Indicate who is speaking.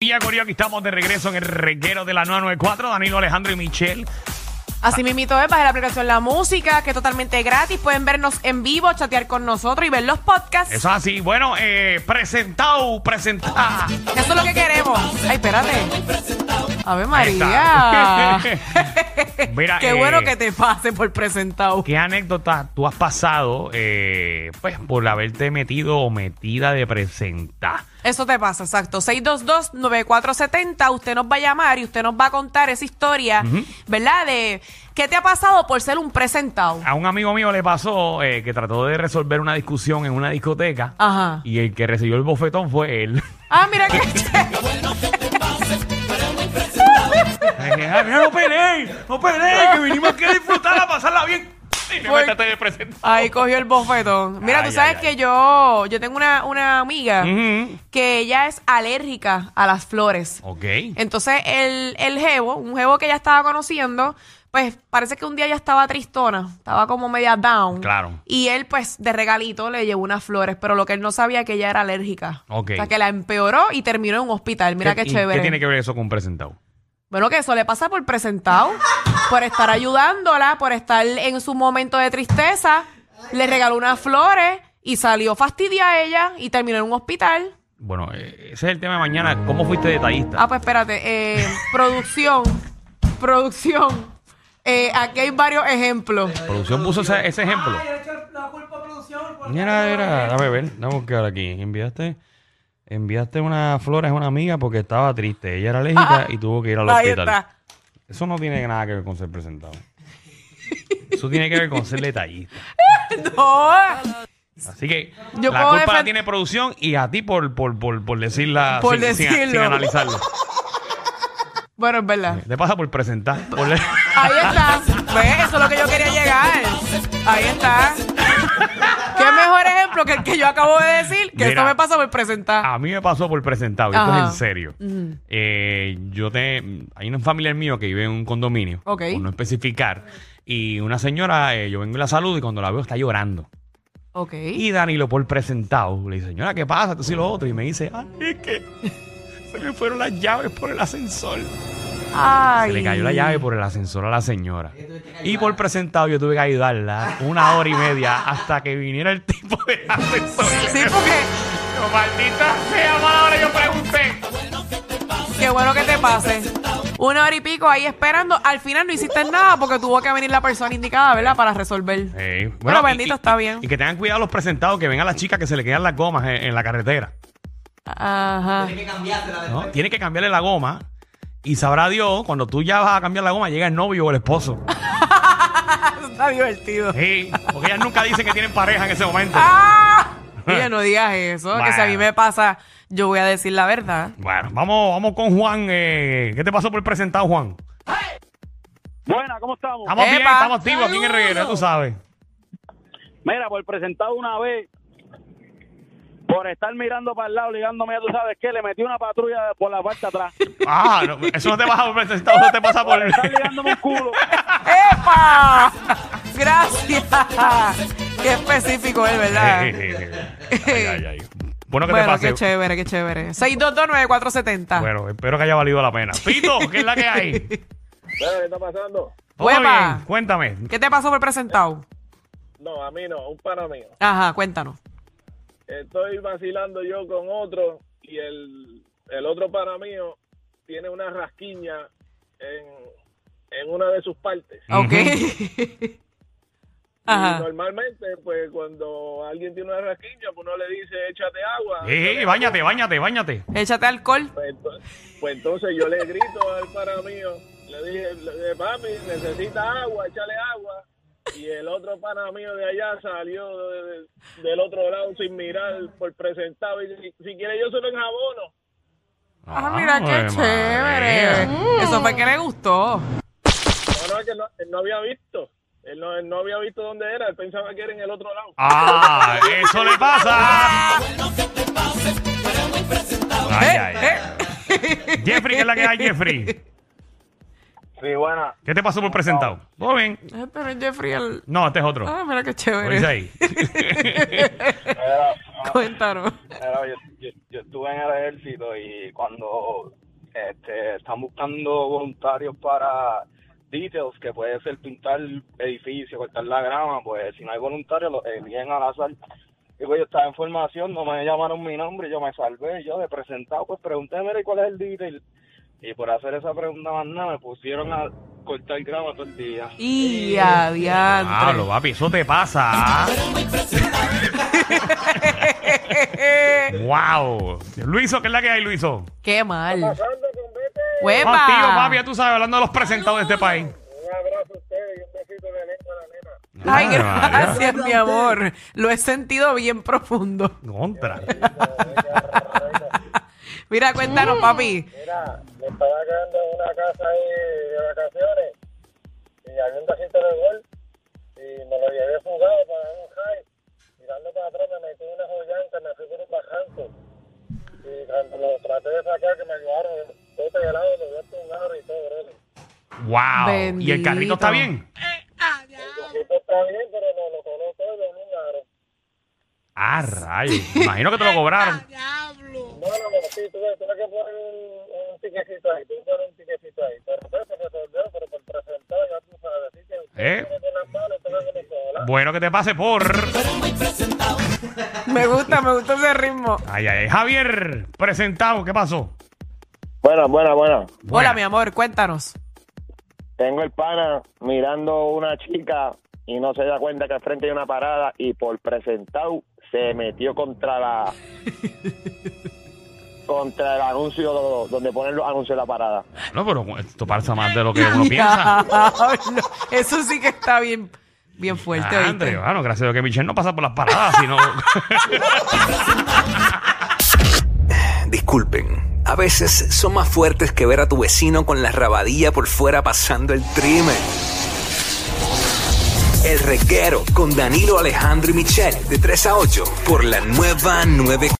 Speaker 1: Corillo, Corillo, aquí estamos de regreso en el reguero de la 994, Danilo Alejandro y Michelle.
Speaker 2: Así mismito es, bajar la aplicación La Música, que es totalmente gratis. Pueden vernos en vivo, chatear con nosotros y ver los podcasts.
Speaker 1: Eso es así. Bueno, eh, presentado, presentado.
Speaker 2: Eso es lo que queremos. Ay, espérate. A ver,
Speaker 1: Ahí está.
Speaker 2: María.
Speaker 1: Mira,
Speaker 2: Qué
Speaker 1: eh,
Speaker 2: bueno que te pase por presentado.
Speaker 1: ¿Qué anécdota tú has pasado eh, pues, por haberte metido o metida de presentar?
Speaker 2: Eso te pasa, exacto. 622-9470. Usted nos va a llamar y usted nos va a contar esa historia, ¿verdad? De qué te ha pasado por ser un presentado.
Speaker 1: A un amigo mío le pasó eh, que trató de resolver una discusión en una discoteca
Speaker 2: Ajá.
Speaker 1: y el que recibió el bofetón fue él.
Speaker 2: Ah, mira que.
Speaker 1: Ay, ay, mira, no peleé, no peleé, que vinimos aquí a disfrutar, a pasarla bien. Y me
Speaker 2: Por-
Speaker 1: metiste de presentado.
Speaker 2: Ahí cogió el bofetón. Mira,
Speaker 1: Ay,
Speaker 2: tú sabes
Speaker 1: ay,
Speaker 2: que
Speaker 1: ay.
Speaker 2: yo, yo tengo una, una amiga
Speaker 1: Ujú.
Speaker 2: que ella es alérgica a las flores.
Speaker 1: Ok.
Speaker 2: Entonces, el, el jevo, un jevo que ella estaba conociendo, pues parece que un día ella estaba tristona, estaba como media down.
Speaker 1: Claro.
Speaker 2: Y él, pues, de regalito le llevó unas flores, pero lo que él no sabía que ella era alérgica.
Speaker 1: Ok.
Speaker 2: O sea, que la empeoró y terminó en un hospital. Mira qué,
Speaker 1: y
Speaker 2: chévere.
Speaker 1: ¿Qué tiene que ver eso con presentado?
Speaker 2: Bueno, que eso le pasa por presentado, por estar ayudándola, por estar en su momento de tristeza. Le regaló unas flores y salió fastidia a ella y terminó en un hospital.
Speaker 1: Bueno, eh, ese es el tema de mañana. ¿Cómo fuiste detallista?
Speaker 2: Ah, pues espérate. eh, producción. Producción. Eh, aquí hay varios ejemplos.
Speaker 1: producción puso ese, ese ejemplo. Mira, era, dame ver, dame buscar aquí. Enviaste, enviaste unas flores a una amiga porque estaba triste. Ella era alérgica y tuvo que ir al
Speaker 2: Ahí
Speaker 1: hospital.
Speaker 2: está.
Speaker 1: Eso no tiene nada que ver con ser presentado. Eso tiene que ver con ser detallista.
Speaker 2: No.
Speaker 1: Así que
Speaker 2: Yo
Speaker 1: la
Speaker 2: puedo
Speaker 1: culpa la
Speaker 2: defend-
Speaker 1: tiene producción y a ti por, por, por, por decirla
Speaker 2: Por
Speaker 1: sin, sin-
Speaker 2: decirlo.
Speaker 1: sin analizarlo.
Speaker 2: Bueno, es verdad.
Speaker 1: Te pasa por presentar. por le-
Speaker 2: Ahí está. ¿Ves? Eso es lo que yo quería llegar. Ahí está. Qué mejor ejemplo que el que yo acabo de decir, que
Speaker 1: Mira. Ah.
Speaker 2: eso me pasa por presentar.
Speaker 1: A mí me pasó por presentado, y esto
Speaker 2: Ah. Ajá.
Speaker 1: es en serio. Eh, yo te, hay un familiar mío que vive en un condominio,
Speaker 2: Ok.
Speaker 1: por no especificar, y una señora, eh, yo vengo y la saludo y cuando la veo está llorando.
Speaker 2: Ok.
Speaker 1: Y Danilo por presentado le dice, señora, ¿qué pasa? Tú sí lo otro. Y me dice, ay, es que se me fueron las llaves por el ascensor.
Speaker 2: Ay.
Speaker 1: Se le cayó la llave por el ascensor a la señora. Y por presentado yo tuve que ayudarla una hora y media hasta que viniera el tipo del ascensor.
Speaker 2: Sí, porque
Speaker 1: Pero maldita sea, mala hora yo pregunté.
Speaker 2: qué bueno que te pase. Una hora y pico ahí esperando. Al final no hiciste nada porque tuvo que venir la persona indicada, ¿verdad? Para resolver.
Speaker 1: Ey,
Speaker 2: Bueno, bendito, está bien.
Speaker 1: Eh, Y que tengan cuidado los presentados, que ven a las chicas que se le quedan las gomas en, en la carretera.
Speaker 2: Ajá.
Speaker 1: ¿no? Tiene que cambiarle la goma. Y sabrá Dios, cuando tú ya vas a cambiar la goma, llega el novio o el esposo.
Speaker 2: Está divertido.
Speaker 1: Sí, porque ellas nunca dicen que tienen pareja en ese momento.
Speaker 2: ¡Ah! Oye, no digas eso, que si a mí
Speaker 1: Bueno.
Speaker 2: me pasa, yo voy a decir la verdad.
Speaker 1: Bueno, vamos, vamos con Juan. eh, ¿Qué te pasó por presentado, Juan?
Speaker 3: Buena, ¿cómo estamos?
Speaker 1: Estamos bien,
Speaker 2: Epa.
Speaker 1: estamos activos aquí en el reguero, tú sabes.
Speaker 3: Mira, por presentado una vez, por estar mirando para el lado, ligándome, ya tú sabes qué, le metí una patrulla por la parte de atrás.
Speaker 1: Ah, no, eso no te pasa por presentado, eso te pasa por...
Speaker 3: Por estar ligándome un culo.
Speaker 2: ¡Epa! Gracias. Qué específico es, ¿verdad?
Speaker 1: Ay, ay, ay. Bueno, que
Speaker 2: bueno,
Speaker 1: te pase.
Speaker 2: qué chévere, qué chévere. 6229470.
Speaker 1: Bueno, espero que haya valido la pena. Pito, ¿qué es la que hay?
Speaker 4: Pero, ¿Qué está pasando?
Speaker 1: Todo
Speaker 2: Huepa.
Speaker 1: bien, cuéntame.
Speaker 2: ¿Qué te pasó por presentado?
Speaker 4: No, a mí no, un pana mío.
Speaker 2: Ajá, cuéntanos.
Speaker 4: Estoy vacilando yo con otro y el, el otro pana mío tiene una rasquiña en, en una de sus partes.
Speaker 2: Ok.
Speaker 4: Y
Speaker 2: Ajá.
Speaker 4: normalmente, pues cuando alguien tiene una rasquiña, pues uno le dice, échate agua.
Speaker 1: Eh, eh, bañate, bañate, bañate.
Speaker 2: Échate alcohol.
Speaker 4: Pues, ento- pues entonces yo le grito al pana mío, le dije, le dije, papi, necesita agua, échale agua. Y el otro pana mío de allá salió de- de- del otro lado sin mirar por presentado. Y si, si quiere yo se lo enjabono.
Speaker 2: Ah, mira, qué
Speaker 1: Ave
Speaker 2: chévere.
Speaker 1: María.
Speaker 2: Eso fue que le gustó.
Speaker 4: No, no, es que no- él no había visto. Él no, él no había visto dónde era. Él pensaba que era en el otro lado.
Speaker 1: Ah, eso le pasa.
Speaker 2: Eh,
Speaker 1: Ay, ay, ay. Jeffrey, ¿qué es la que hay, Jeffrey?
Speaker 4: Sí, buena.
Speaker 1: ¿Qué te pasó por presentado? ¿Todo bien?
Speaker 2: Ay, Pero es Jeffrey el...
Speaker 1: No, este es otro.
Speaker 2: Ah, mira qué
Speaker 1: Lo dice
Speaker 2: chévere.
Speaker 1: ahí.
Speaker 4: Era-
Speaker 2: Cuéntanos.
Speaker 4: Era, yo, yo- yo estuve en el ejército y cuando este, están buscando voluntarios para details, que puede ser pintar edificios, cortar la grama, pues si no hay voluntarios, los envían al azar. Y pues yo estaba en formación, no me llamaron mi nombre, yo me salvé, yo de presentado, pues pregunté, mira, ¿y ¿cuál es el detail? Y por hacer esa pregunta más nada, me pusieron a cortar grama todo el día.
Speaker 2: Y
Speaker 1: Eh,
Speaker 2: a diantre.
Speaker 1: Pablo, papi, eso te pasa. wow. Luiso, ¿qué es la que hay, Luiso?
Speaker 2: Qué mal.
Speaker 1: Ah, Tío,
Speaker 2: ¡Hueva!
Speaker 1: papi, ya tú sabes, hablando de los presentados de este país.
Speaker 4: Un abrazo a ustedes y un besito de lengua a la nena.
Speaker 2: Ay,
Speaker 1: Ave María.
Speaker 2: gracias, mi amor. Lo he sentido bien profundo.
Speaker 1: Contra.
Speaker 2: Mira, cuéntanos, papi.
Speaker 4: Mira, me estaba quedando en una casa ahí de vacaciones y había un vasito de gol y me lo llevé jugado para un high. Mirando para atrás me metí una joyanta, me fui por un bajanco. Y cuando lo traté de sacar, que me ayudaron, eh, todo pelado, lo dio jugado y todo, brother.
Speaker 1: Wow. ¿Y el
Speaker 2: Bendito.
Speaker 1: carrito está bien?
Speaker 4: Y todo está bien, pero me lo coló todo en un aro.
Speaker 1: Ah, rayo. Me Imagino que te lo cobraron.
Speaker 4: Bueno, pero sí, tuve, tuve que poner un, un tiquecito ahí, tuve que poner un tiquecito ahí. Pero pues, se resolvió, pero por presentar, ya tú sabes, así que...
Speaker 1: ¿Eh?
Speaker 4: Con las manos, tengo que me colar.
Speaker 1: Bueno, que te pase por.
Speaker 2: Me gusta, me gusta ese ritmo.
Speaker 1: Ay, ay, ay. Javier, presentado, ¿qué pasó?
Speaker 5: Bueno, bueno, bueno.
Speaker 1: Buena.
Speaker 2: Hola, mi amor, cuéntanos.
Speaker 5: Tengo el pana mirando una chica y no se da cuenta que al frente hay una parada y por presentado se metió contra la contra el anuncio do- donde ponen los anuncios de la parada.
Speaker 1: No, pero esto pasa más de lo que uno piensa.
Speaker 2: Diablo, Eso sí que está bien, bien fuerte.
Speaker 1: Ah,
Speaker 2: ¿oíste?
Speaker 1: André, bueno, gracias a Dios que Michelle no pasa por las paradas, sino.
Speaker 6: disculpen. A veces son más fuertes que ver a tu vecino con la rabadilla por fuera pasando el trimen. El reguero con Danilo Alejandro y Michel de 3 a 8 por la nueva 9.